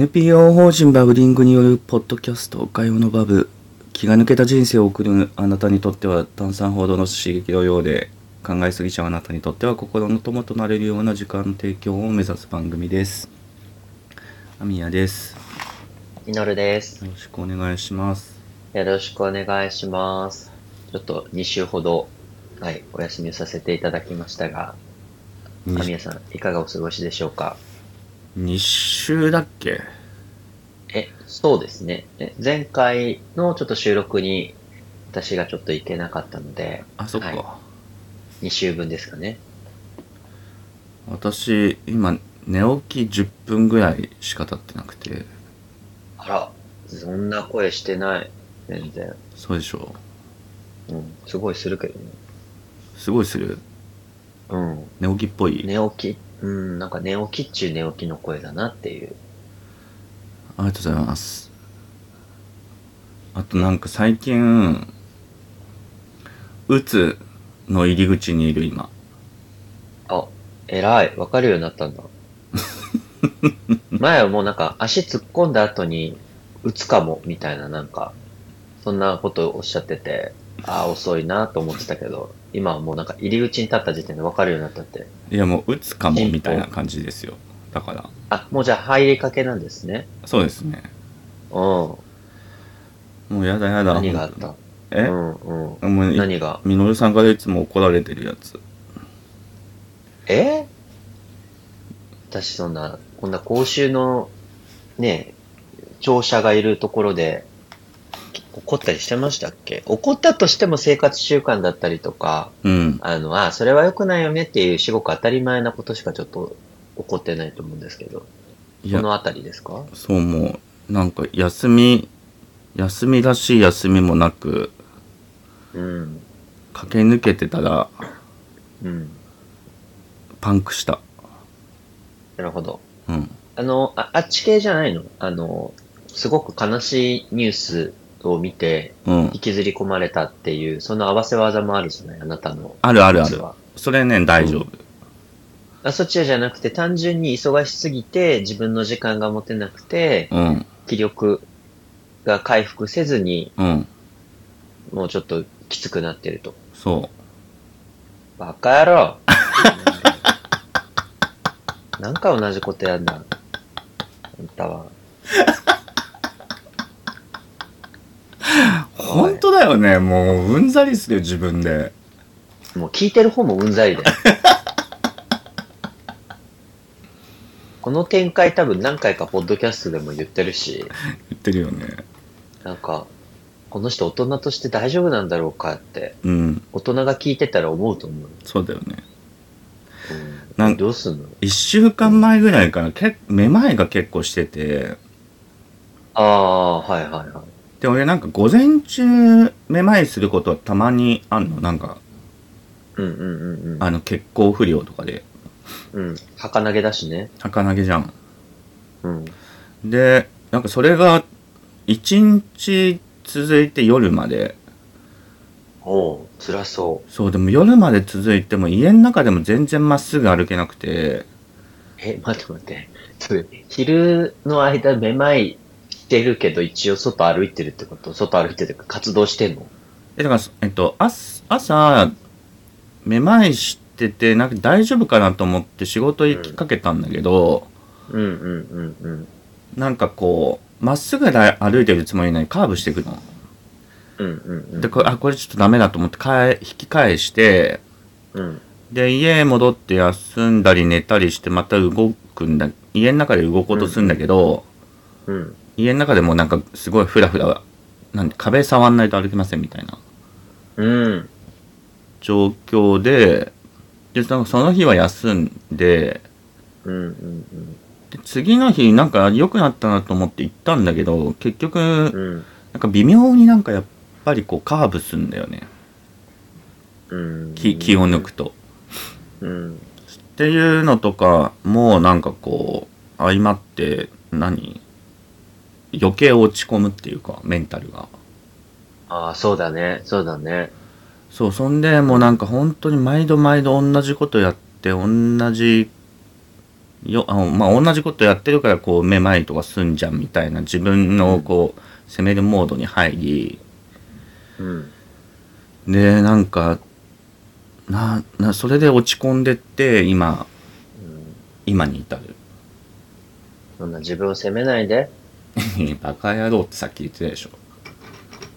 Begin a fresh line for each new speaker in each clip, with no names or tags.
NPO 法人バブリングによるポッドキャスト「会話のバブ」気が抜けた人生を送るあなたにとっては炭酸ほどの刺激のようで考えすぎちゃうあなたにとっては心の友となれるような時間の提供を目指す番組ですアミヤです
みのるです。
よろしくお願いします
よろしくお願いします。ちょっと2週ほど、はい、お休みをさせていただきましたが、アミ
2,
ヤさん、いかがお過ごしでしょうか
週だっけ
え、そうですね。え前回のちょっと収録に、私がちょっと行けなかったので、
あそっか、
は2週分ですかね。
私今寝起き10分ぐらいしか経ってなくて
あら、そんな声してない。全然。
そうでしょ
うん、すごいするけどね。
うすごいする
うん。
寝起きっぽい、
寝起き、うん、なんか寝起きっちゅう寝起きの声だなっていう。
ありがとうございます。あとなんか最近、うつの入り口にいる今。
あ、偉い。わかるようになったんだ。前はもうなんか足突っ込んだ後に打つかもみたいななんか、そんなことをおっしゃってて、ああ、遅いなと思ってたけど、今はもうなんか入り口に立った時点でわかるようになったって。
いやもううつかもみたいな感じですよ。だから、
あ、もうじゃあ入りかけなんですね。
そうですね。
うん。
もうやだやだ。
何があったう
え、
んうん。
もうい
何が
みのるさんからいつも怒られてるやつ。
え私そんな、こんな公衆の、ねえ、庁舎がいるところで、怒ったりしてましたっけ怒ったとしても生活習慣だったりとか、
うん。
あの、あ、それは良くないよねっていう、至極当たり前なことしかちょっと怒ってないと思うんですけど、
い
こ
や、
のあたりですか
そうもう、なんか休み、休みらしい休みもなく、
うん、
駆け抜けてたら
うん、
パンクした。
なるほど。
うん。
あの、ああっち系じゃないのあの、すごく悲しいニュースを見て、
うん
引。きずり込まれたっていう、その合わせ技もあるじゃないあなたの。
あるあるあ
実
る。
は
それね、大丈夫。
あそっちじゃなくて、単純に忙しすぎて、自分の時間が持てなくて、
うん。
気力が回復せずに、
うん。
もうちょっときつくなってると。
そ
バカ野郎 なんか同じことやんな。あんたは。
う。本当だよね。もう、うんざりするよ、自分で。
もう聞いてる方もうんざりだよ。この展開多分何回かポッドキャストでも言ってるし、
言ってるよね。
なんか、この人大人として大丈夫なんだろうかって、
うん。
大人が聞いてたら思うと思う。
そうだよね。
うん
なん
どうすんの
一週間前ぐらいから、けめまいが結構してて、
ああ、はいはいはい。
で、俺なんか午前中、めまいすることはたまにあんの。なんか、
うんうんうんうん。
あの、血行不良とかで、
うん。儚げだしね。
儚げじゃん。
うん。
で、なんかそれが、一日続いて夜まで、
おう、辛そ
そう、でも夜まで続いても家の中でも全然まっすぐ歩けなくて、
う。え、待って待って。ちょっと昼の間めまいしてるけど、一応外歩いてるってこと外歩いてるってか活動してんの
え、だから、えっと、朝、朝めまいしてて、なんか大丈夫かなと思って仕事行きかけたんだけど、
うんうんうんうん。
なんかこう、まっすぐだ歩いてるつもりなのにカーブしていくの。
うんうんうん。
で、これ、あ、これちょっとダメだと思って、かえ、引き返して、
うん。
で、家戻って休んだり寝たりして、また動くんだ、家の中で動こうとするんだけど、
うん。
家の中でもなんかすごいフラフラ、なんで壁触んないと歩けませんみたいな
うん。
状況で、で、なんかその日は休んで、
うんうん
で次の日なんか良くなったなと思って行ったんだけど結
う
局
ん。
なんか微妙になんかやっぱりこうカーブすんだよね
うん。
気気を抜く。と。
うん。
っていうのとかもうなんかこう相まって何余計落ち込むっていうかメンタルが。
ああ、そうだね。そうだね。
そうそんでもうなんか本当に毎度毎度同じことやって同じよあのまあ、同じことやってるからこうめまいとかすんじゃんみたいな自分のこう攻めるモードに入り
うん。
でなんかななそれで落ち込んでって今
うん。
今に至る
そんな自分を責めないで。
バカ野郎ってさっき言ってたでしょ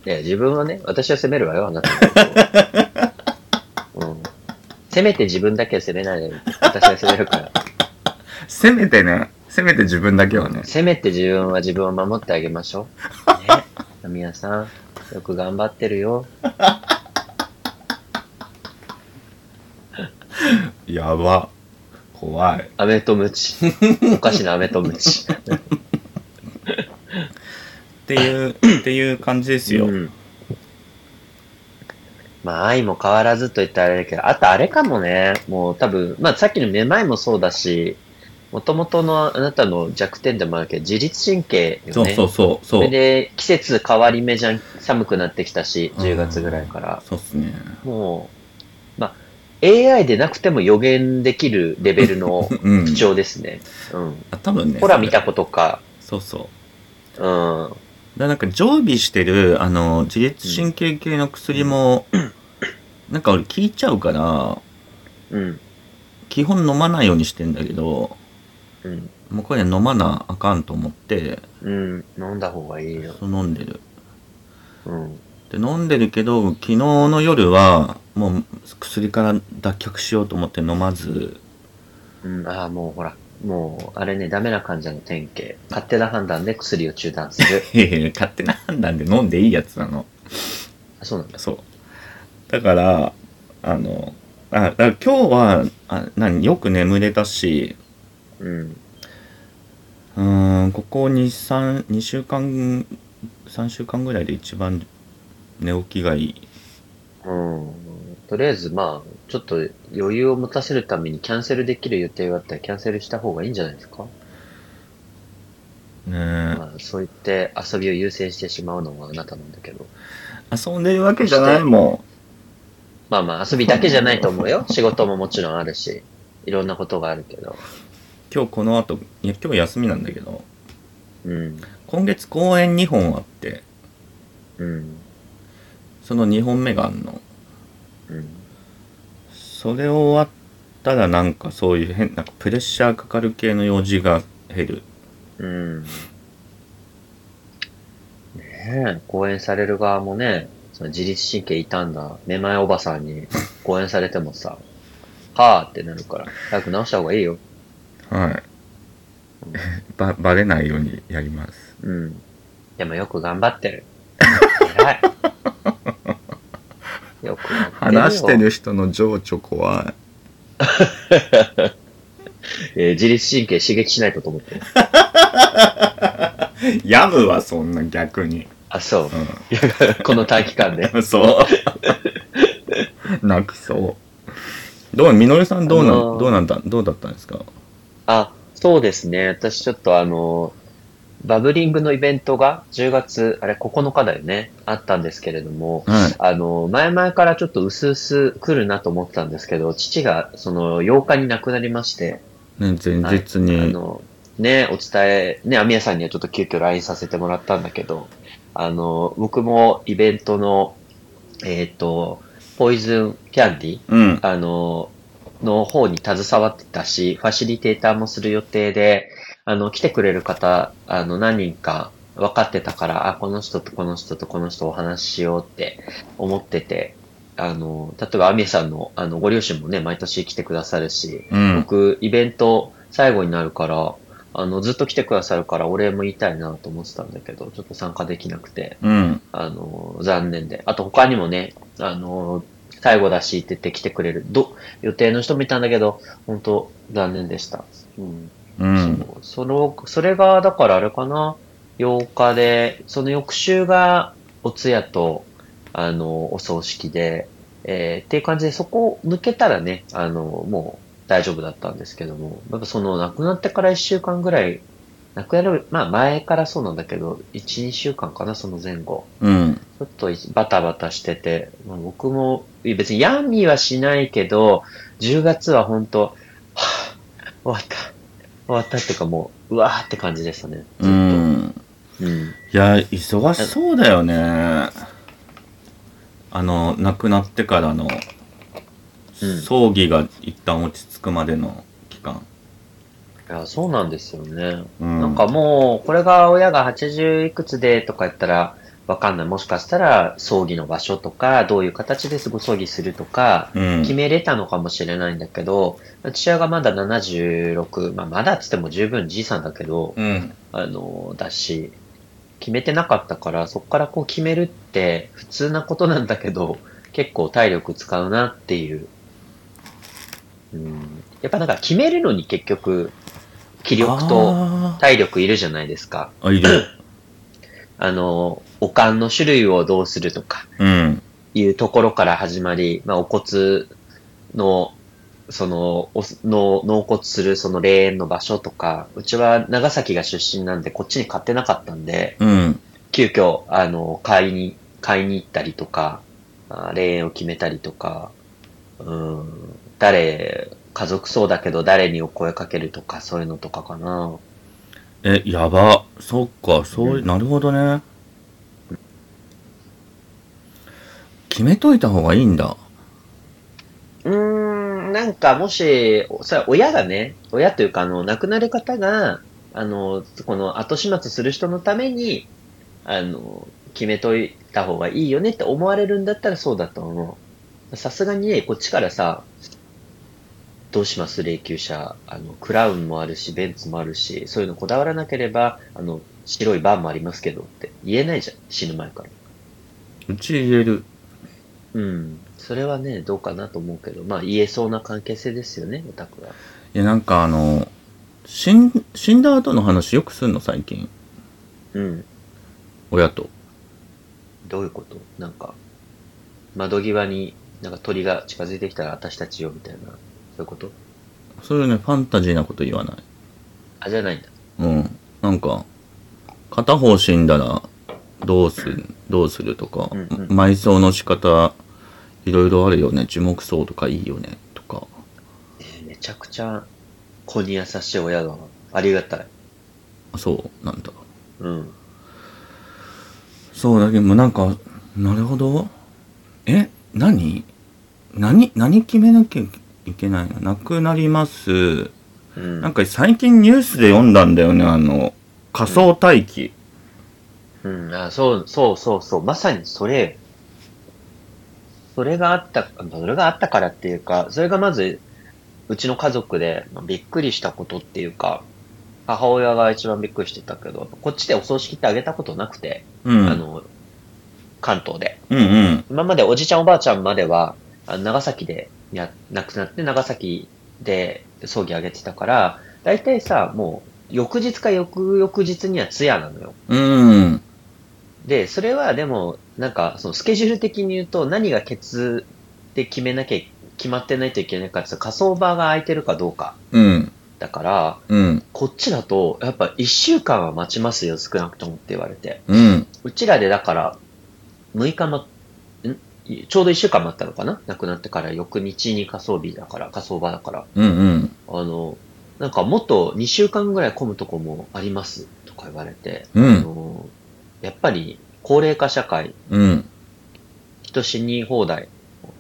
いや、自分はね、私は責めるわよ、あなた のことを。うん。せめて自分だけは責めないで、私は責めるから。
せめてねせめて自分だけはね
せめて自分は自分を守ってあげましょう。ね。皆さん、よく頑張ってるよ。
やば怖い
飴とムチ。おかしな飴とムチ。
っていう っていう感じですよ、
うん。まあ、愛も変わらずと言ったらあれだけど、あとあれかもね、もう多分、まあさっきのめまいもそうだし、もともとのあなたの弱点でもあるけど、自律神経よね。
そうそうそうそ
そうれで、季節変わり目じゃん、寒くなってきたし、
うん
10月ぐらいから。
そうっすね
もう、まあ、AI でなくても予言できるレベ ルの
うん
不調ですね。うん。
あ多分ね
ほら見たことか。
そうそう
うん。
だからなんか常備してるあの自律神経系の薬も、なんか俺効いちゃうから
うん。
基本飲まないようにしてんだけど
うん。
もうこれ飲まなあかんと思って
うん。飲んだ方がいいよ。
そう飲んでる
うん。
で飲んでるけど昨日の夜はもう薬から脱却しようと思って飲まず。
うん。ああ、もうほら。もう、あれね、ダメな患者の典型。勝手な判断で薬を中断する
へへ勝手な判断で飲んでいいやつなの
あそうなんだ。
そうだからあのあだから今日はあ何よく眠れたし
うん。
うーんここ23 2週間3週間ぐらいで一番寝起きがいい
うんとりあえず、まあ、ちょっと余裕を持たせるためにキャンセルできる予定があったらキャンセルした方がいいんじゃないですか、
ね
まあ、そう言って遊びを優先してしまうのもあなたなんだけど。
遊んでるわけじゃないも
まあまあ、遊びだけじゃないと思うよ。仕事ももちろんあるし、いろんなことがあるけど。
ん今日この後いや今日休みなんだけど
うん。
今月公演2本あって
うん。
その2本目があんの
うん。
それ終わったらなんかそういう変なんかプレッシャーかかる系の用事が減る
うん。ねえ、講演される側もね、その自律神経痛んだ、めまいおばさんに講演されてもさ、はぁってなるから、早く直した方がいいよ。
はい
うん
ばバレないようにやります
うん。でもよく頑張ってる。偉い。よくやってるよ
話して。る人の情緒怖い
えー自律神経刺激しないとと思ってる。
やむわそんな逆に
あ、そう。
うん
いやこの短期間で。
そう。泣きそう。どう、みのりさんどうなん、
あのー
どうなんだ、どうだったんですか
あ、そうですね。私ちょっとあの、バブリングのイベントが10月、あれ9日だよね。あったんですけれども、
はい。
あの、前々からちょっと薄々来るなと思ってたんですけど、父がその8日に亡くなりまして、
ね、前日に。
あの、ね、お伝え、ね、アミヤさんにはちょっと急遽 LINE させてもらったんだけど、あの、僕もイベントの、えっ、と、ポイズンキャンディ
うん。
あの、の方に携わってたし、ファシリテーターもする予定で、あの、来てくれる方、あの、何人か分かってたから、あ、この人とこの人とこの人お話ししようって思ってて、あの、例えばアミヤさんの、あの、ご両親もね、毎年来てくださるし、
うん。
僕、イベント最後になるから、あの、ずっと来てくださるからお礼も言いたいなと思ってたんだけど、ちょっと参加できなくて、
うん。
あの、残念で。あと他にもね、あの、最後だしって言って来てくれる、ど、予定の人もいたんだけど、本当残念でした。うん。
うん。
そうその、それが、だからあれかな、8日で、その翌週が、お通夜と、あの、お葬式で、えーっていう感じで、そこを抜けたらね、あの、もう大丈夫だったんですけども、やっぱその、亡くなってから1週間ぐらい、亡くなる、まあ前からそうなんだけど、1、2週間かな、その前後。
うん。
ちょっとバタバタしてて、まあ僕も別に病みはしないけど、10月は本当、はぁ、終わった、終わったっていうかもう、うわーって感じでしたね。
う
ずっと。
ん。
うん。
いや、忙しそうだよね。あの、亡くなってからの、
うん
葬儀が一旦落ち着くまでの期間。
いや、そうなんですよね。
うん
なんかもう、これが親が80いくつでとか言ったら、わかんない。もしかしたら、葬儀の場所とか、どういう形ですご葬儀するとか、
うん。
決めれたのかもしれないんだけど、父親がまだ76、まあまだっつっても十分じいさんだけど、
うん。
あの、だし、決めてなかったから、そこからこう決めるって普通なことなんだけど、 結構体力使うなっていう。うん。やっぱなんか決めるのに結局、気力と
あ
体力いるじゃないですか。
ーあ、いる。
あの、おかんの種類をどうするとか、
うん。
いうところから始まり、まあ、お骨の、その、おすの、納骨するその霊園の場所とか、うちは長崎が出身なんで、こっちに買ってなかったんで、
うん。
急遽、あの、買いに、買いに行ったりとか、あー霊園を決めたりとか、うん、誰、家族そうだけど誰にお声かけるとか、そういうのとかかな。
え、やば。そっか、そう、
うん
なるほどね。決めといた方がいいんだ。
うーん、なんかもし、それは親がね、親というか、あの、亡くなる方が、あの、この後始末する人のために、あの、決めといた方がいいよねって思われるんだったらそうだと思う。さすがにね、こっちからさ、どうします霊柩車。あの、クラウンもあるし、ベンツもあるし、そういうのこだわらなければ、あの、白いバンもありますけどって言えないじゃん、死ぬ前から。
うち言える。
うん。それはね、どうかなと思うけど、まあ言えそうな関係性ですよね、オタクは。
いや、なんかあの、死ん、死んだ後の話よくすんの、最近。
うん。
親と。
どういうことなんか、窓際になんか鳥が近づいてきたら私たちよみたいな、そういうこと
そういうね、ファンタジーなこと言わない。
あ、じゃないんだ。
うん。なんか、片方死んだら、どうする、どうするとか、
うんうん
埋葬の仕方、いろいろあるよね。樹木葬とかいいよね、とか。
えーめちゃくちゃ子に優しい親だわ。ありがたい。
あそう、なんだ。
うん。
そうだけどもうなんかなるほどえ何何何決めなきゃいけないのなくなります
うん。
なんか最近ニュースで読んだんだよねあの仮想待機
うん、あ、そう、そうそうそう。まさにそれ、それがあった、それがあったからっていうか、それがまず、うちの家族でまあびっくりしたことっていうか、母親が一番びっくりしてたけど、こっちでお葬式ってあげたことなくて、
うん
あの、関東で。
うんうん
今までおじちゃんおばあちゃんまでは、あの長崎でや、亡くなって長崎で葬儀あげてたから、大体さ、もう、翌日か翌々日には通夜なのよ。
うん
で、それはでも、なんか、そのスケジュール的に言うと、何がケツで決めなきゃ、決まってないといけないかって言ったら仮想場が空いてるかどうか。
うん
だから、
うん
こっちだと、やっぱ一週間は待ちますよ、少なくともって言われて。
うん
うちらでだから、6日ま、んちょうど一週間待ったのかな亡くなってから翌日に仮想日だから、仮想場だから。
うんうん
あの、なんかもっと2週間ぐらい混むとこもあります、とか言われて。
う
あ
ん
のやっぱり、高齢化社会、
うん
人死に放題、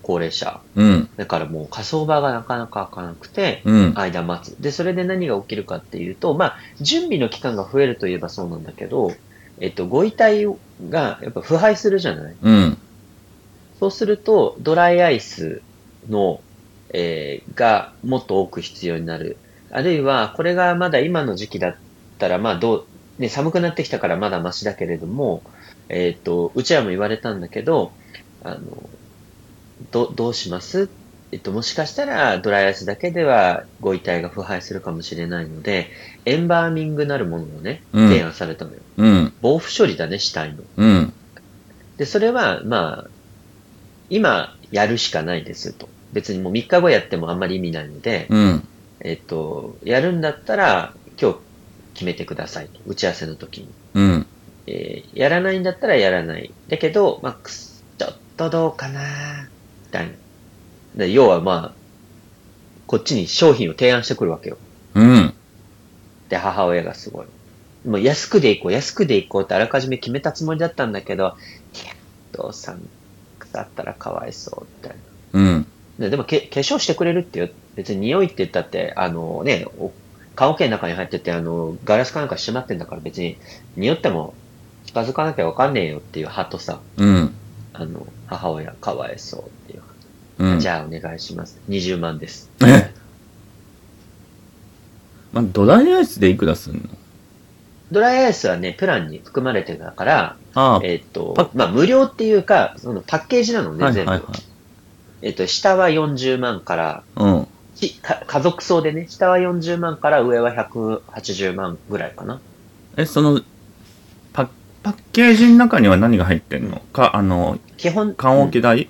高齢者。
うん
だからもう火葬場がなかなか開かなくて、
うん
間待つ。で、それで何が起きるかっていうと、まあ、準備の期間が増えるといえばそうなんだけど、えっと、ご遺体がやっぱ腐敗するじゃない
うん
そうすると、ドライアイスの、えーがもっと多く必要になる。あるいは、これがまだ今の時期だったら、まあどう、ね、寒くなってきたからまだマシだけれども、えっ、と、うちらも言われたんだけど、あの、ど、どうしますえっと、もしかしたらドライアイスだけではご遺体が腐敗するかもしれないので、エンバーミングなるものをね、
うん
提案されたのよ。
うん
防腐処理だね、死体の。
うん
で、それは、まあ、今やるしかないですと。別にもう3日後やってもあんまり意味ないので、
うん
えっと、やるんだったら今日決めてくださいと。打ち合わせの時に。
うん
えーやらないんだったらやらない。だけど、まあ、くすちょっとどうかなみたいな。で要はまあ、こっちに商品を提案してくるわけよ。
うん
で、母親がすごい。もう安くで行こう、安くで行こうってあらかじめ決めたつもりだったんだけど、いや、お父さん、腐ったらかわいそう、みたいな。
うん。
ね、でもけ、化粧してくれるってよ。別に匂いって言ったって、あのね、お棺桶の中に入ってて、あの、ガラスかなんか閉まってんだから別に、匂っても近づかなきゃわかんねえよっていう派とさ、
うん。
あの、母親、かわいそうっていう。
うん。
じゃあお願いします。20万です。
えまあ、ドライアイスでいくらすんの
ドライアイスはね、プランに含まれてるから、
ああ、
えっ
パ
と
ッ、
まあ、無料っていうか、そのパッケージなのね、
はいは
全
い
部。
はい。
えっと、下は40万から、
うん。
きか家族層でね、下は40万から上は180万ぐらいかな。
え、その、パパッケージの中には何が入ってんのか、あの、
基本、
缶オケ代、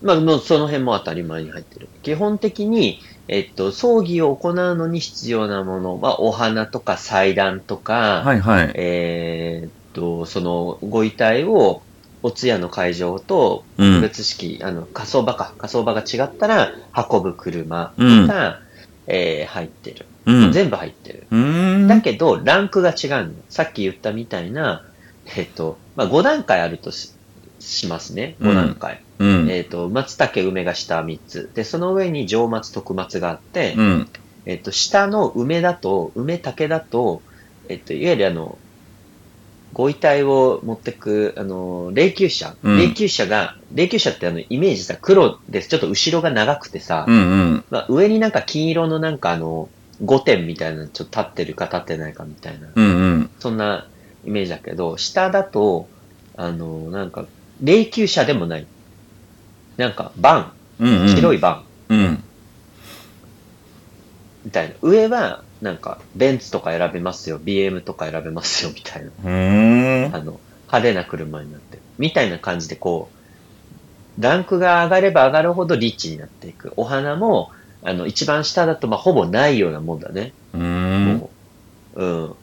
まあ、もうその辺も当たり前に入ってる。基本的に、えっと、葬儀を行うのに必要なものは、お花とか祭壇とか、
はいはい。
えーっと、その、ご遺体を、お通夜の会場と、
う
特
ん。
別式、あの、火葬場か、火葬場が違ったら、運ぶ車
うん。
が、えー入ってる。
うん。う
全部入ってる。
ーん。
だけど、ランクが違うの。さっき言ったみたいな、えっと、まあ、5段階あるとし、しますね。
う
5
ん
段階。
うん。
えっ、と、松茸梅が下3つ。で、その上に上松徳松があって、
うん。
えっ、と、下の梅だと、梅竹だと、えっ、と、いわゆるあの、ご遺体を持ってく、あの、霊柩車。
うん
霊柩車が、霊柩車ってあの、イメージさ、黒です。ちょっと後ろが長くてさ、
うんうん。
まあ、上になんか金色のなんかあの、5点みたいな、ちょっと立ってるか立ってないかみたいな。
うんうん。
そんなイメージだけど、下だと、あの、なんか、霊柩車でもない。なんか、バ
うんう
ン、
ん。
白
い。
いバン、
うん。
みたいな。上は、なんか、ベンツとか選べますよ、BM とか選べますよ、みたいな。
うーん。
あの、派手な車になってる。みたいな感じで、こう、ランクが上がれば上がるほどリッチになっていく。お花も、あの、一番下だと、まあ、ほぼないようなもんだね。
うーん。
もううん。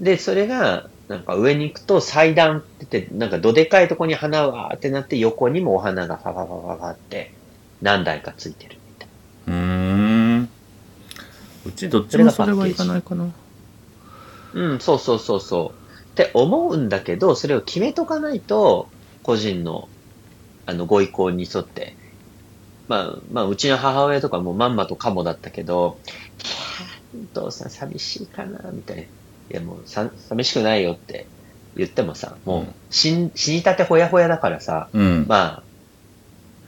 で、それが、なんか上に行くと祭壇って言って、なんかどでかいとこに花わーってなって、横にもお花がファファファファファって何台かついてるみたいう
ーん。うちどっちもそれはいかないかな。
な。うん、そうそうそうそう。って思うんだけど、それを決めとかないと、個人の、あの、ご意向に沿って。まあ、まあ、うちの母親とかもまんまとカモだったけど、いやーお父さん寂しいかな、みたいな。いや、もうさ、寂しくないよって言ってもさ、もう、死ん死にたてほやほやだからさ、
うん。
まあ、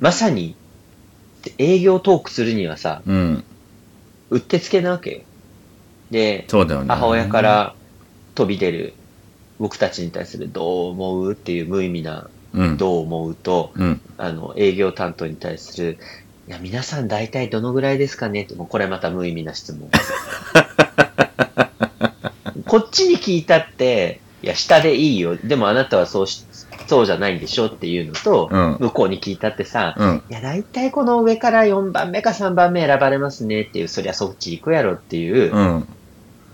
まさに、営業トークするにはさ、
うん。
うってつけなわけよ。で、
そうだよね。
母親か。ら飛び出る、僕たちに対するどう思うっていう無意味な
うん。
どう思うと、
うん。
あの、営業担当に対する、いや、皆さん大体どのぐらいですかねって、もうこれまた無意味な質 問。こっちに聞いたって、いや、下でいいよ。でもあなたはそうし、そうじゃないんでしょっていうのと、
うん
向こうに聞いたってさ、
うん。
いや、大体この上から4番目か3番目選ばれますねっていう、そりゃそっち行くやろっていう、
うん。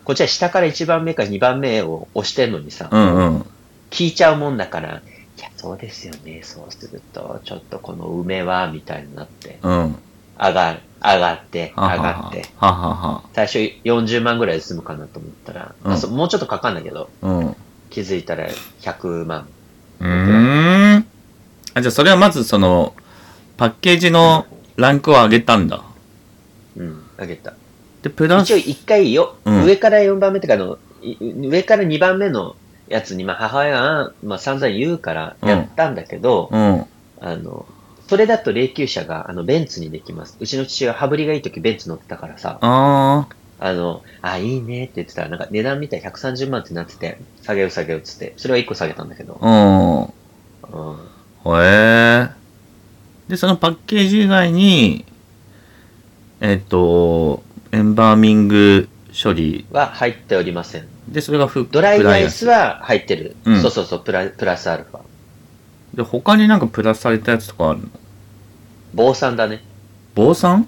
こっちは下から1番目か2番目を押してんのにさ、
うんうん。
聞いちゃうもんだから、いや、そうですよね。そうすると、ちょっとこの梅は、みたいになって、
うん。
上が、上がって、上
はは
がって。
ははは
最初40万ぐらいで済むかなと思ったら、
うん
あそうもうちょっとかかんだけど、
は。うん。
気づいたら100万。
うーん。あ、じゃあそれはまずその、パッケージのランクを上げたんだ。
うん、あげた。
で、プラ
一応
ス、
一回よ、
うん
上から4番目ってかあの、い上から2番目のやつに、まあ母親が、まあ散々言うからやったんだけど、
うん。
あの、それだと霊柩車が、あの、ベンツにできます。うちの父は羽振りがいい時ベンツ乗ってたからさ、
あ
あの、あ、いいねって言ってたら、なんか値段見たら130万ってなってて、下げよう下げようっつって、それは1個下げたんだけど、
あ、
うん、
うん。へえ。で、そのパッケージ以外に、えっと、エンバーミング処理。
は入っておりません。
で、それがフ
ドライアイス
プライ
は入ってる。
うん
そうそうそうプラ、プラスアルファ。
アイスで、他になんかプラスされたやつとかあるの
坊さんだね。
坊さん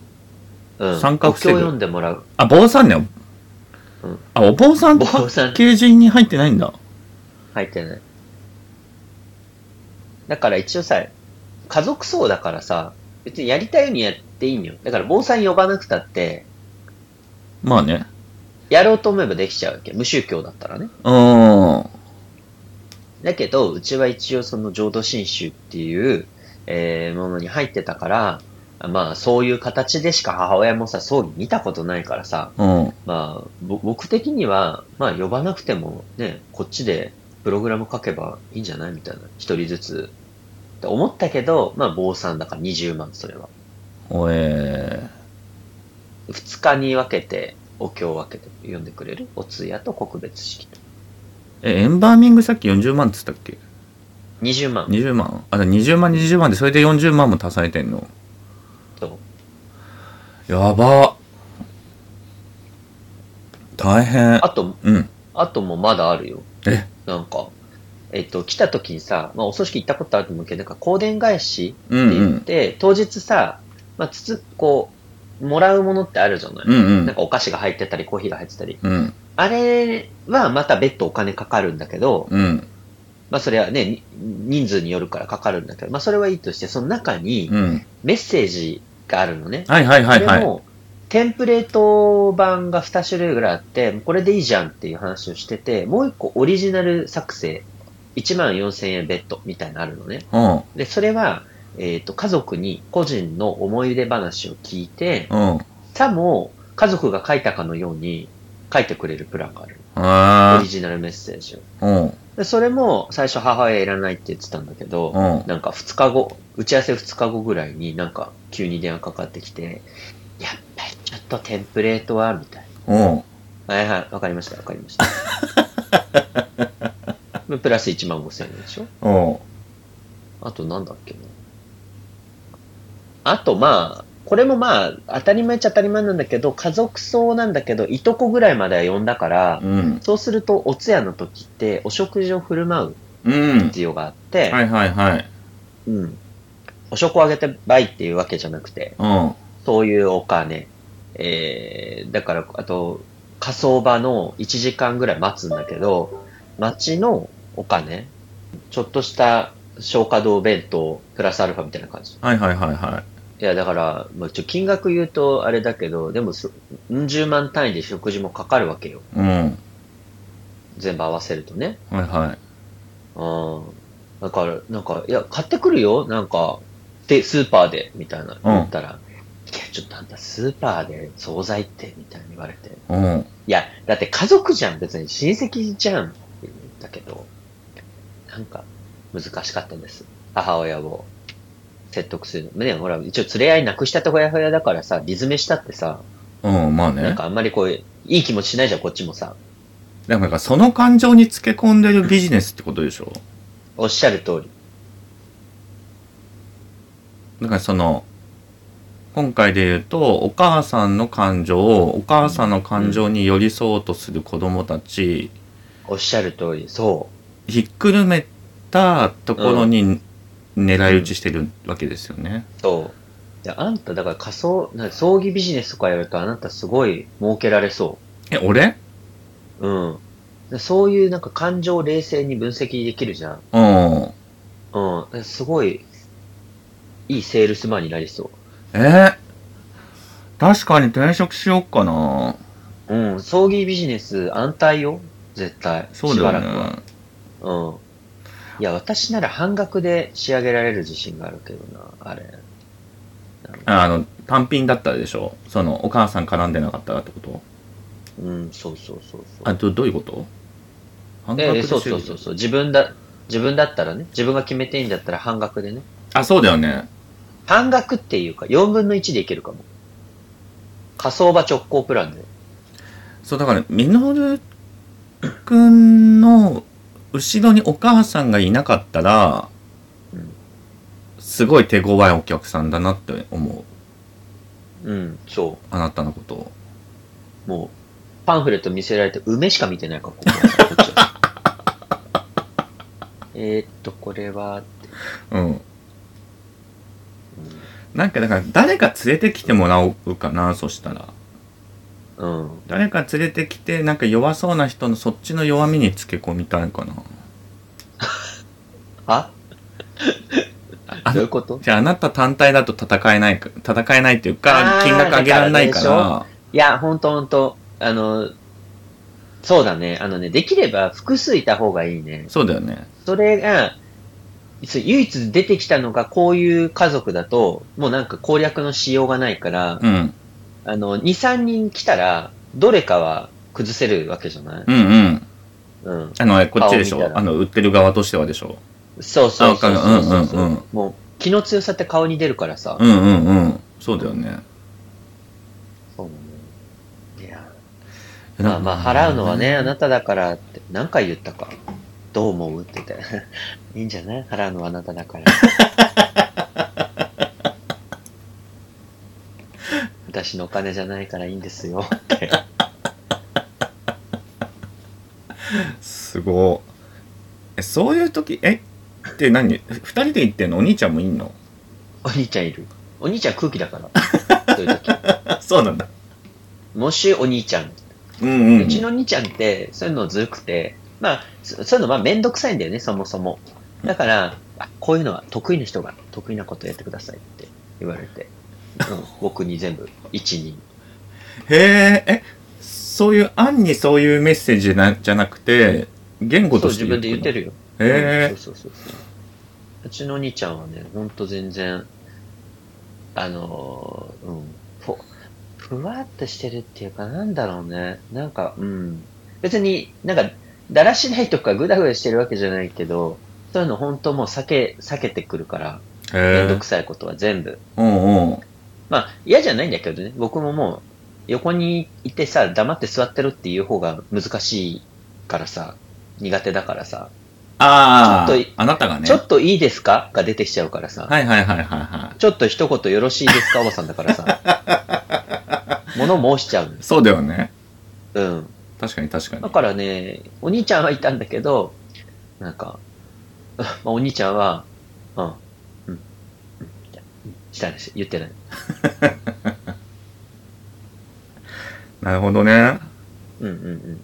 うん。
三角セ
お
グ
経読んでも らう。
あ、坊さんね。
うん
あ、お坊さんってパ
坊さん
ッケージに入ってないんだ。
入ってない。だから一応さ、家族層だからさ、別にやりたいようにやっていいんよ。だから坊さん呼ばなくたって、
まあね。
やろうと思えばできちゃうわけ。無宗教だったらね。
あ
だけど、うちは一応その浄土真宗っていう、えーものに入ってたから、まあそういう形でしか母親もさ、葬儀見たことないからさ、
あ、うん。
まあぼ僕的には、まあ呼ばなくてもね、こっちでプログラム書けばいいんじゃないみたいな。一人ずつ。って思ったけど、まあ坊さんだから20万それは。
おえ
2日に分けて、お経を分けて読んでくれるお通夜と告別式と。
ー。え、エンバーミングさっき40万っつったっけ
20万。
?20 万あ、だから20万、20万で、それで40万も足されてんの。
と
やば大変。
あと、
うん。
あともまだあるよ。
え
なんか、えっと、来た時にさ、まあ、お葬式行ったことあると思うけど、なんか、香典返し
う
っ
ん
て
う
言っ
ん。
て、当日さ、まあ、つつ、こう、もらうものってあるじゃない、
うんう
なん
ん。
かお菓子が入ってたり、コーヒーが入ってたり。
うん。
あれはまた別途お金かかるんだけど、
うん。
まあそれはね、に人数によるからかかるんだけど、まあそれはいいとして、その中に
うん。
メッセージがあるのね。
はいはいはいは
これ
い。
も、テンプレート版が2種類ぐらいあって、これでいいじゃんっていう話をしてて、もう1個オリジナル作成、1万4000円ベッドみたいなのあるのね。
うん。
で、それは、えっ、と、家族に個人の思い出話を聞いて、
うん。
さも家族が書いたかのように書いてくれるプランがある。オ
あ
リジナルメッセージを。
あ。うん。
で、それも最初母親いらないって言ってたんだけど、
うん。
なんか2日後、打ち合わせ2日後ぐらいになんか急に電話かかってきて、やっぱりちょっとテンプレートは、みたい
うん。
な。はいはい、わかりました、わかり ました。でプラス1万5千円でしょ
うん。
あとなんだっけな。あとまあ、これもまあ、当たり前っちゃ当たり前なんだけど、家族葬なんだけど、いとこぐらいまでは呼んだから、
うん。
そうすると、お通夜の時って、お食事を振る舞う
うん。
必要があって、
はいはいはい。
うん。お食をあげてバイっていうわけじゃなくて、
うん。
そういうお金。えー、だから、あと、火葬場の1時間ぐらい待つんだけど、町のお金、ちょっとした消化道弁当、プラスアルファみたいな感じ。
はいはいはいはい
や、だから、まあ、ちょ金額言うとあれだけど、でもそ、うん十万単位で食事もかかるわけよ。
い。うん。
全部合わせるとね。
はいはい。
うん。だから、なんか、いや、買ってくるよ、なんか、で、スーパーで、みたいな、言ったら、いや、ちょっとあんた、スーパーで、惣菜って、みたいに言われて、
うん。
いや、だって家族じゃん、別に親戚じゃんって言ったけど、なんか難しかったんです。母親を説得するの。ね、ほら、一応連れ合いなくしたってほやほやだからさ、理詰めしたってさ、
うん、まあね。
なんかあんまりこう、いい気持ちしないじゃん、こっちもさ。
でもなんかその感情につけ込んでるビジネスってことでしょ
おっしゃる通り。
だからその、今回で言うと、お母さんの感情を、お母さんの感情に寄り添おうとする子供たち、
おっしゃる通り。そ
ひっくるめたところに狙い撃ちしてるわけですよね。
う。そう。いや、あんた、だから仮想、なんか葬儀ビジネスとかやると、あなたすごい儲けられそう。
え、俺
うん。そういうなんか感情を冷静に分析できるじゃん。
うん。
うん、すごい、いいセールスマンになりそ
え確かに転職しよっかな。
う。うん、葬儀ビジネス安泰よ、絶対。
そうだよ
しばら
ね。
くは。うん。いや、私なら半額で仕上げられる自信があるけどな、あれ。
あの、単品だったらでしょその、お母さん絡んでなかったらってこと
うん、そうそうそうそ
あ、
う。
ど、どういうこと半
ええ、
で
そう
修
そ
理
うそうそう。自分だ、自分だったらね、自分が決めていいんだったら半額でね。
あ、そうだよね。
半額っていうか、4分の1でいけるかも。仮想場直行プランで。
そう、だから、みのるくんの後ろにお母さんがいなかったら
うん、
すごい手強いお客さんだなって思う。
うん、そ
あなたのことを。
う。もう、パンフレット見せられて、梅しか見てないから、ここはこっちはえーっと、これは、
うん。
う
なんか、だから、誰か連れてきてもらおうかな、そしたら。
ん、うん
誰か連れてきて、なんか弱そうな人のそっちの弱みにつけ込みたいかな。
あ
あ
どういうこと
じゃあ、あなた単体だと戦えないか、戦えないっていうか、
あー
金額上げられないか、
だからいや、ほんとほんと、あの、そうだね。あのね、できれば複数いた方がいいね。
そうだよね。
それが、そう唯一出てきたのがこういう家族だと、もうなんか攻略のしようがないから、
うん。
あの、2、3人来たら、どれかは崩せるわけじゃない
うんうん。
うん。
あの、こっちでし
顔見た
ょ。
ら
あの、売ってる側としてはでしょ。
そうそうそう
あわ
そう
かる
そうそう
うんうんうん
もう、気の強さって顔に出るからさ。
うんうんうん。そうだよね。
そうだね。いや、まあまあ、払うのはね、あなただからって、何回言ったか。どう思うって言って。 いいんじゃない払うのはあなた だから。私のお金じゃないからいいんですよ。
すごいえそういう時えって何二人で行ってんのお兄ちゃんもいんの
お兄ちゃんいる。お兄ちゃん空気だから。 そういう 時。
そうなんだ
もしお兄ちゃん。
うんうん
うちの兄ちゃんって、そういうのずるくて、まあ、そそういうのまあめんどくさいんだよね、そもそも。だから、あこういうのは得意な人が得意なことやってくださいって言われて、うん、僕に全部、一人。
へええそういう案にそういうメッセージなじゃなくて言語
そう、
として
自分で言って
る
るよ。
へ
うんそうそうそうそう。うちのお兄ちゃんはね、ほんと全然、あのー、うん、ふ、ふわっとしてるっていうか、なんだろうね。なんか、うん。別になんか、だらしないとかぐだぐだしてるわけじゃないけど、そういうの本当もう避け、避けてくるから、
え
めん
へ
ど
え
くさいことは全部。
うんうん
まあ、嫌じゃないんだけどね、僕ももう、横にいてさ、黙って座ってるっていう方が難しいからさ、苦手だからさ。
あ
ちょっ
あ
と
あなたがね
ちょっといいですかが出てきちゃうからさ。
はいはいはいはいは
ちょっと一言よろしいですかおばさんだからさ。 物申しちゃう
いそうだよね
の。うん。
確かに確かに
だからね、お兄ちゃんはいたんだけど、なんか、 まあ、お兄ちゃんは、うん、うん、うん、したんし、言ってない。
なるほどね
うんうん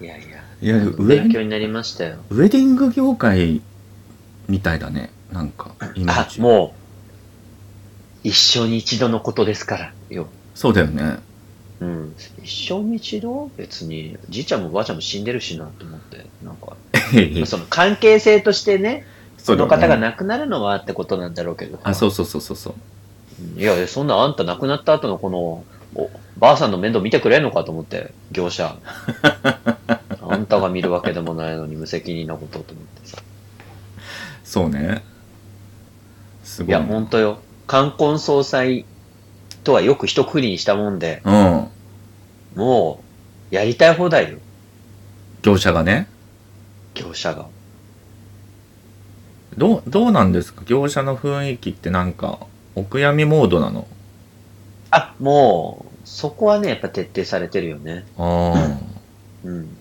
うん。いやいや、
いや
勉強
ウ
になりましたよ。
ェディング業界みたいだねなんかイメ
あ
ー、ジ
もう、一生に一度のことですから、よ。
そうだよね
うん、一生に一度別に、じいちゃんもばあちゃんも死んでるしなと思って、なんか、その関係性としてね、
そ
その方が
な
亡くなるのはってことなんだろうけど。
あそうそうそうそうそう
うんいやいや、そんなあんた亡くなった後のこの、おばあさんの面倒見てくれんのかと思って、業 者。あんたが見るわけでもないのに無責任なことと思ってさ。
そうね。すごい。
いや、ほんとよ。冠婚葬祭とはよく一括りにしたもんで、
うん。
もう、やりたい放題よ、
業者がね。
業者が。
どう、どうなんですか業者の雰囲気ってなんか、お悔やみモードなの
あ、もう、そこはね、やっぱ徹底されてるよね。
あ
うん。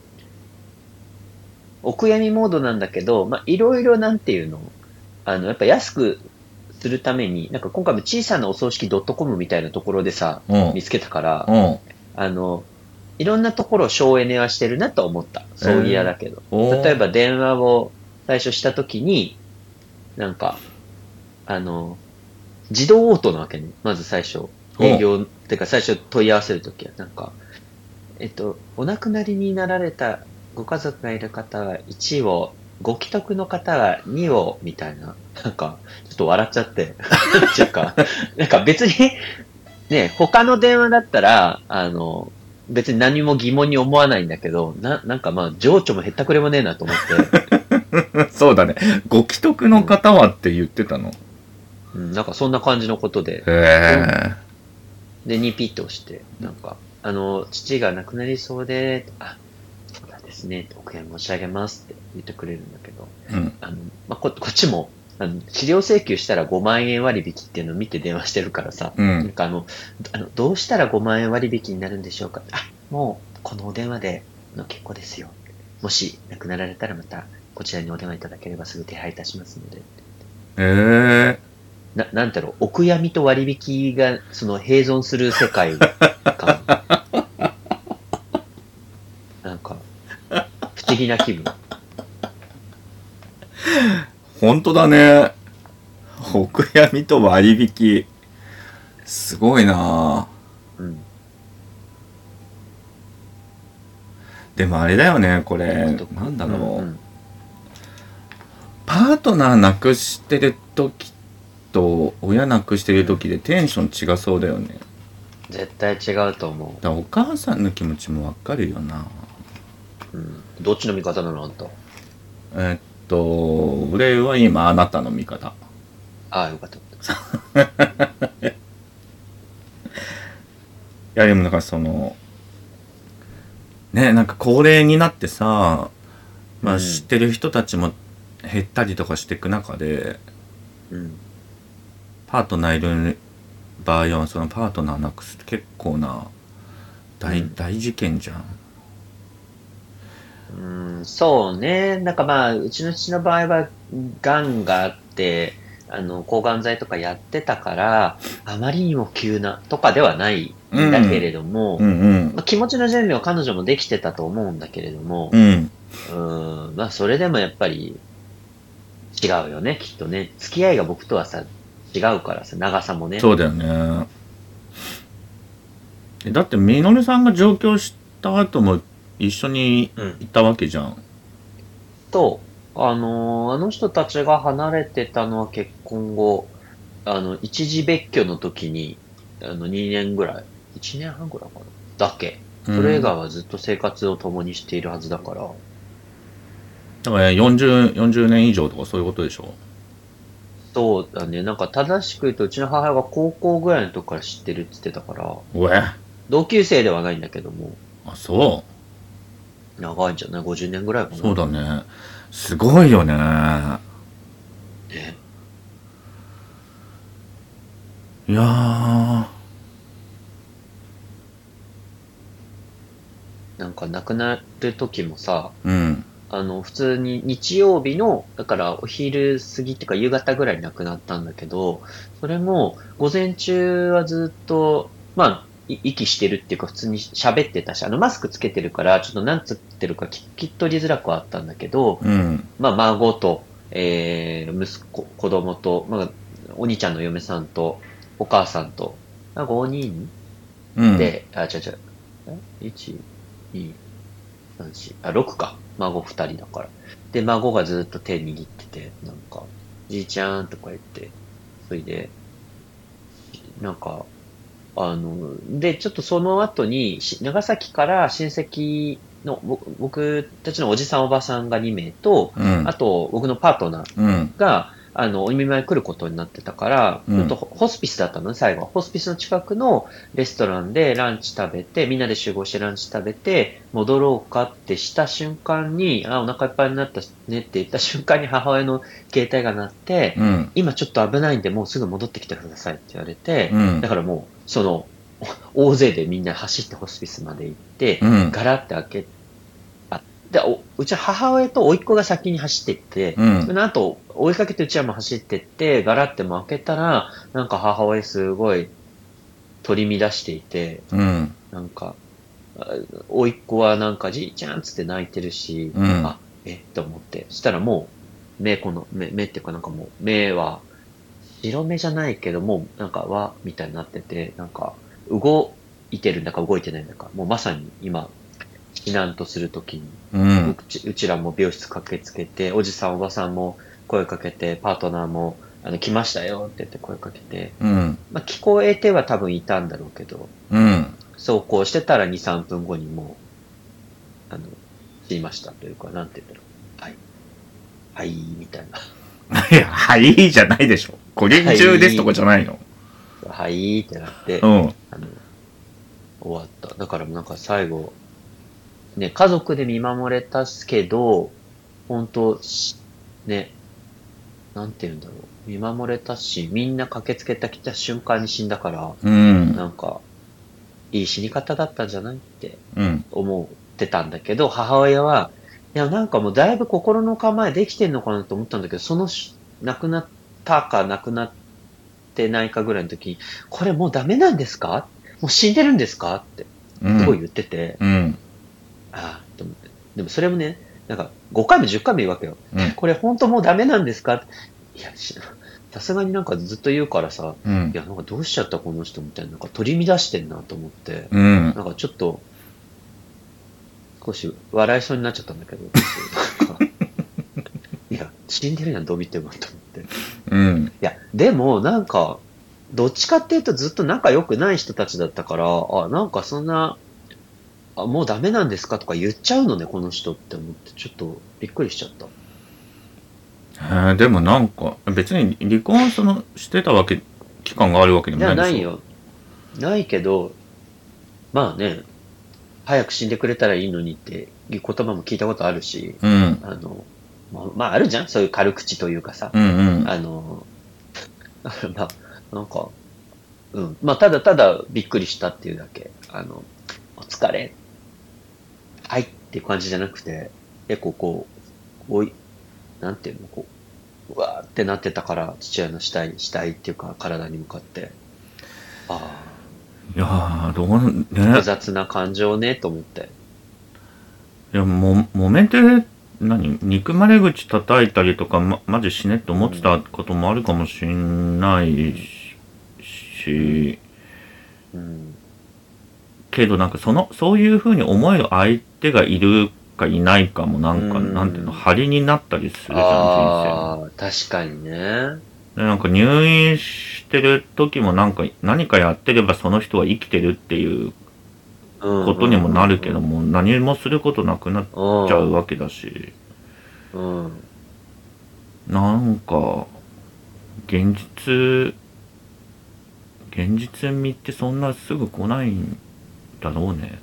お悔やみモードなんだけど、まあ、いろいろなんていうの、あの、やっぱ安くするために、なんか今回も小さなお葬式 .com みたいなところでさ、
あ。うん。
見つけたから、
うん。
あの、いろんなところを省エネはしてるなとは思った。葬儀屋だけど。
おー
例え。ば電話を最初したときに、なんか、あの、自動応答なわけね。まず最初。
お
営業、てか最初問い合わせるときは、なんか、えっと、お亡くなりになられたご家族がいる方は1を、ご既得の方は2を、みたいな。なんか、ちょっと笑っちゃって。 なんていうか、なんか別に、ね、他の電話だったら、あの、別に何も疑問に思わないんだけど、な、なんかまあ、情緒もへったくれもねえなと思って、
そうだね。ご既得の方はって言ってたの。
うん、なんかそんな感じのことで、
へ
で、2ピッと押して、なんか、あの、父が亡くなりそうで、あ、そうなんですね、お悔やみ申し上げますって言ってくれるんだけど、
え。うん。
あの、まあ、こ、こっちも、あの、治療請求したら5万円割引っていうのを見て電話してるからさ、
う
なん
ん。
かあの、あのどうしたら5万円割引になるんでしょうかあ、もう、このお電話での結構ですよ。もし、亡くなられたらまた、こちらにお電話いただければすぐ手配いたしますので。
へえ。
な、なんだろう、お悔やみと割引が、その、併存する世界 観。なんか、不思議な気分。
ほんとだね。お悔やみと割引。すごいなぁ。
うん。
でもあれだよねこれ
とこ
なんだろう、
んん
パートナーなくしてる時と親なくしてる時でテンション違そうだよねだか
絶対違うと思
らお母さんの気持ちもわかるよな
う。うん。どっちの味方なのあんた。
えっと俺は今あなたの味方
ああ、よかった。
いやでもなんかそのねなんか高齢になってさま
う
あ
ん
知ってる人たちも減ったりとかしていく中で
うん。
パートナーいる場合はそのパートナーなくすって結構な大,、
うん
大事件じゃん
うん、そうね。なんかまあ、うちの父の場合は、癌があって、あの、抗がん剤とかやってたから、あまりにも急な、とかではないんだけれども、
うんうん
まあ気持ちの準備は彼女もできてたと思うんだけれども、
うん
うん、まあ、それでもやっぱり、違うよね、きっとね。付き合いが僕とはさ、違うからさ、長さもね。
そうだよねえだってみのりさんが上京した後も一緒に
うん。
行ったわけじゃん
と、あのーあの人たちが離れてたのは結婚後、あの、一時別居の時に、あの、2年ぐらい、1年半ぐらいかな、だけ。それ以外はずっと生活を共にしているはずだから、
だから 40, 40年以上とかそういうことでしょ
そうだね、なんか正しく言うと、うちの母親が高校ぐらいの時から知ってるって言ってたから、
うえ
同級生ではないんだけども、
あそ
長いんじゃない ?50 年ぐらいか
う
な。
そうだねすごいよね
ね。
いやー
なんか亡くなる時もさ、
うん
あの、普通に日曜日の、だからお昼過ぎっていうか夕方ぐらいに亡くなったんだけど、それも午前中はずっと、まあ、い息してるっていうか普通に喋ってたし、あのマスクつけてるから、ちょっと何つってるか聞き取りづらくはあったんだけど、
うん
まあ孫と、えー、息子、子供と、まあ、お兄ちゃんの嫁さんと、お母さんと、なんか5人
うん
で、あ、違う違う。え ?1、2、3、4、あ、6か。孫2人だから。で、孫がずっと手握ってて、なんか、じいちゃんとか言って、それで、なんか、あの、で、ちょっとその後に、し長崎から親戚の、ぼ僕たちのおじさんおばさんが2名と、
うん
あと、僕のパートナー
うん
が、あの、お見舞い来ることになってたから、
うん
ちょっとホホスピスだったのね、最後。ホスピスの近くのレストランでランチ食べて、みんなで集合してランチ食べて、戻ろうかってした瞬間に、あ、お腹いっぱいになったねって言った瞬間に母親の携帯が鳴って、
うん
今ちょっと危ないんで、もうすぐ戻ってきてくださいって言われて、
うん
だからもう、その、お大勢でみんな走ってホスピスまで行って、
うん
ガラって開け、あ、で、おうち母親と甥っ子が先に走ってって、
うん
で、なんと、追いかけてうちはもう走ってって、ガラっても開けたら、なんか母親すごい取り乱していて、
うん
なんか、あ甥っ子はなんかじいちゃんっつって泣いてるし、
うん
あ、えっと思って。そしたらもう、目この、目、目っていうかなんかもう、目は、白目じゃないけど、もうなんかわ、みたいになってて、なんか、動いてるんだか動いてないんだか、もうまさに今、避難とするときに、
うん
うちうちらも美容室駆けつけて、おじさんおばさんも声かけて、パートナーも、あの、来ましたよって言って声かけて、
うん
まあ、聞こえては多分いたんだろうけど、
うん
走行してたら2、3分後にもう、あの、死にましたというか、なんて言うんだろう。はい。はい、みたい
いやはいじゃないでしょ午前中ですとかじゃないの
な。 はい、ってなって、
うん
あの、終わった。だからなんか最後、ね、家族で見守れたっすけど、本当しね、なんて言うんだろう。見守れたし、みんな駆けつけたきた瞬間に死んだから、
うん
なんか、いい死に方だったんじゃないって
うん
思ってたんだけど、母親は、いや、なんかもうだいぶ心の構えできてんのかなと思ったんだけど、そのし、亡くなったか亡くなってないかぐらいの時に、これもうダメなんですかもう死んでるんですかって、
うん
すごい言ってて、
うん
ああ、と思って。でもそれもね、なんか5回も10回も言うわけよ。
うん
これ本当もうダメなんですかっていや、しさすがになんかずっと言うからさ、
うん
いや、なんかどうしちゃったこの人みたいな、なんか取り乱してんなと思って。
うん
なんかちょっと、少し笑いそうになっちゃったんだけど、いや、死んでるやん、どう見てもと思って。い
うん。
や、でも、なんか、どっちかっていうとずっと仲良くない人たちだったから、あ、なんかそんな、あ、もうダメなんですかとか言っちゃうのね、この人って思って、ちょっとびっくりしちゃった。
へーでもなんか、別に離婚そのしてたわけ、期間があるわけで
い
もな
や、
いでしょ
ない。よ。ないけど、まあね、早く死んでくれたらいいのにっていう言葉も聞いたことあるし、
うん。
あの、まあ、まあ、あるじゃんそういう軽口というかさ。
うんうん。
あの、 まあ、なんか、うん。まあ、ただただびっくりしたっていうだけ。あの、お疲れ。はいっていう感じじゃなくて、結構こう、おい、なんていうの、こう、うわーってなってたから、父親の死体、死体っていうか体に向かって、あ
いやー、どうなん、
あ、
ね
複。雑な感情ね、と思って。
いや、も、揉めて、何憎まれ口叩いたりとか、ま、マジ死ねって思ってたこともあるかもしんないし、し
うん。
けどなんかその、そういうふうに思える相手がいるかいないかもなんか、
うん
なんていうの、張りになったりするじゃん、人
ああ、確かにね。
生。で、なんか入院してる時もなんか、何かやってればその人は生きてるっていう
こ
ことにもなるけども、何もすることなくなっち
も
ゃうわけだし、
うん。うん
なんか、現実、現実味ってそんなすぐ来ないんだろうね。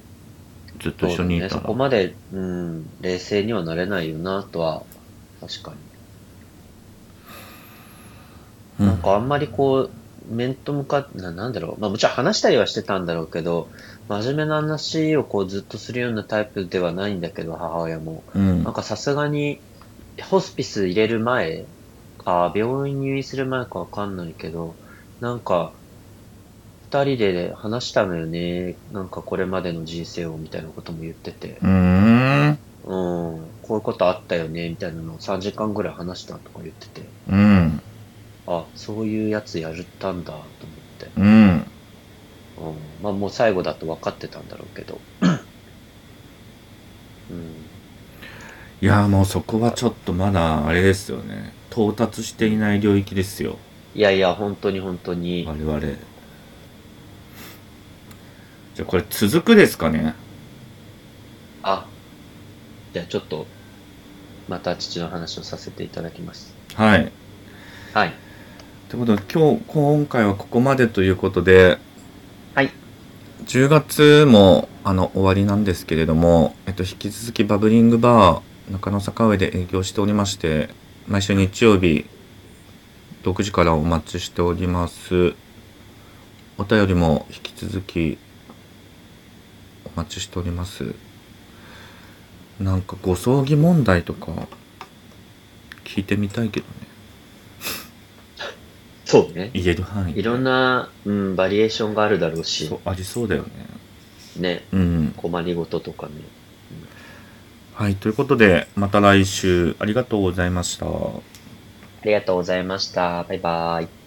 ずっと一緒にいたら。
そうだね、そこまで、うん、冷静にはなれないよな、とは、確かに。
うん
なんかあんまりこう、面と向かって、ななんだろう。まあもちろん話したりはしてたんだろうけど、真面目な話をこうずっとするようなタイプではないんだけど、母親も。
うん
なんかさすがに、ホスピス入れる前か、病院入院する前かわかんないけど、なんか、二人で話したのよね。なんかこれまでの人生をみたいなことも言ってて。
うーん。
うん、こういうことあったよね、みたいなのを3時間ぐらい話したとか言ってて、
うん。
あ、そういうやつやるったんだ、と思って。
うん。
うん、まあもう最後だと分かってたんだろうけ ど。うん、
いや、もうそこはちょっとまだ、あれですよね。到達していない領域ですよ。
いやいや、本当に本当に。
我々。じゃあこれ続くですかね。
あ、じゃあちょっと、また父の話をさせていただきます。
はい。
はい。
ということで、今日、今回はここまでということで、
はい。
10月もあの終わりなんですけれども、えっと、引き続きバブリングバー中野坂上で営業しておりまして毎週日曜日6時からお待ちしておりますお便りも引き続きお待ちしておりますなんかご葬儀問題とか聞いてみたいけどね
そうね。
言える範囲で
いろんな、うん、バリエーションがあるだろうし
そう、ありそうだよね
ね、
うん
困りごととかね。
はいということでまた来週ありがとうございました
ありがとうございました。バイバイ。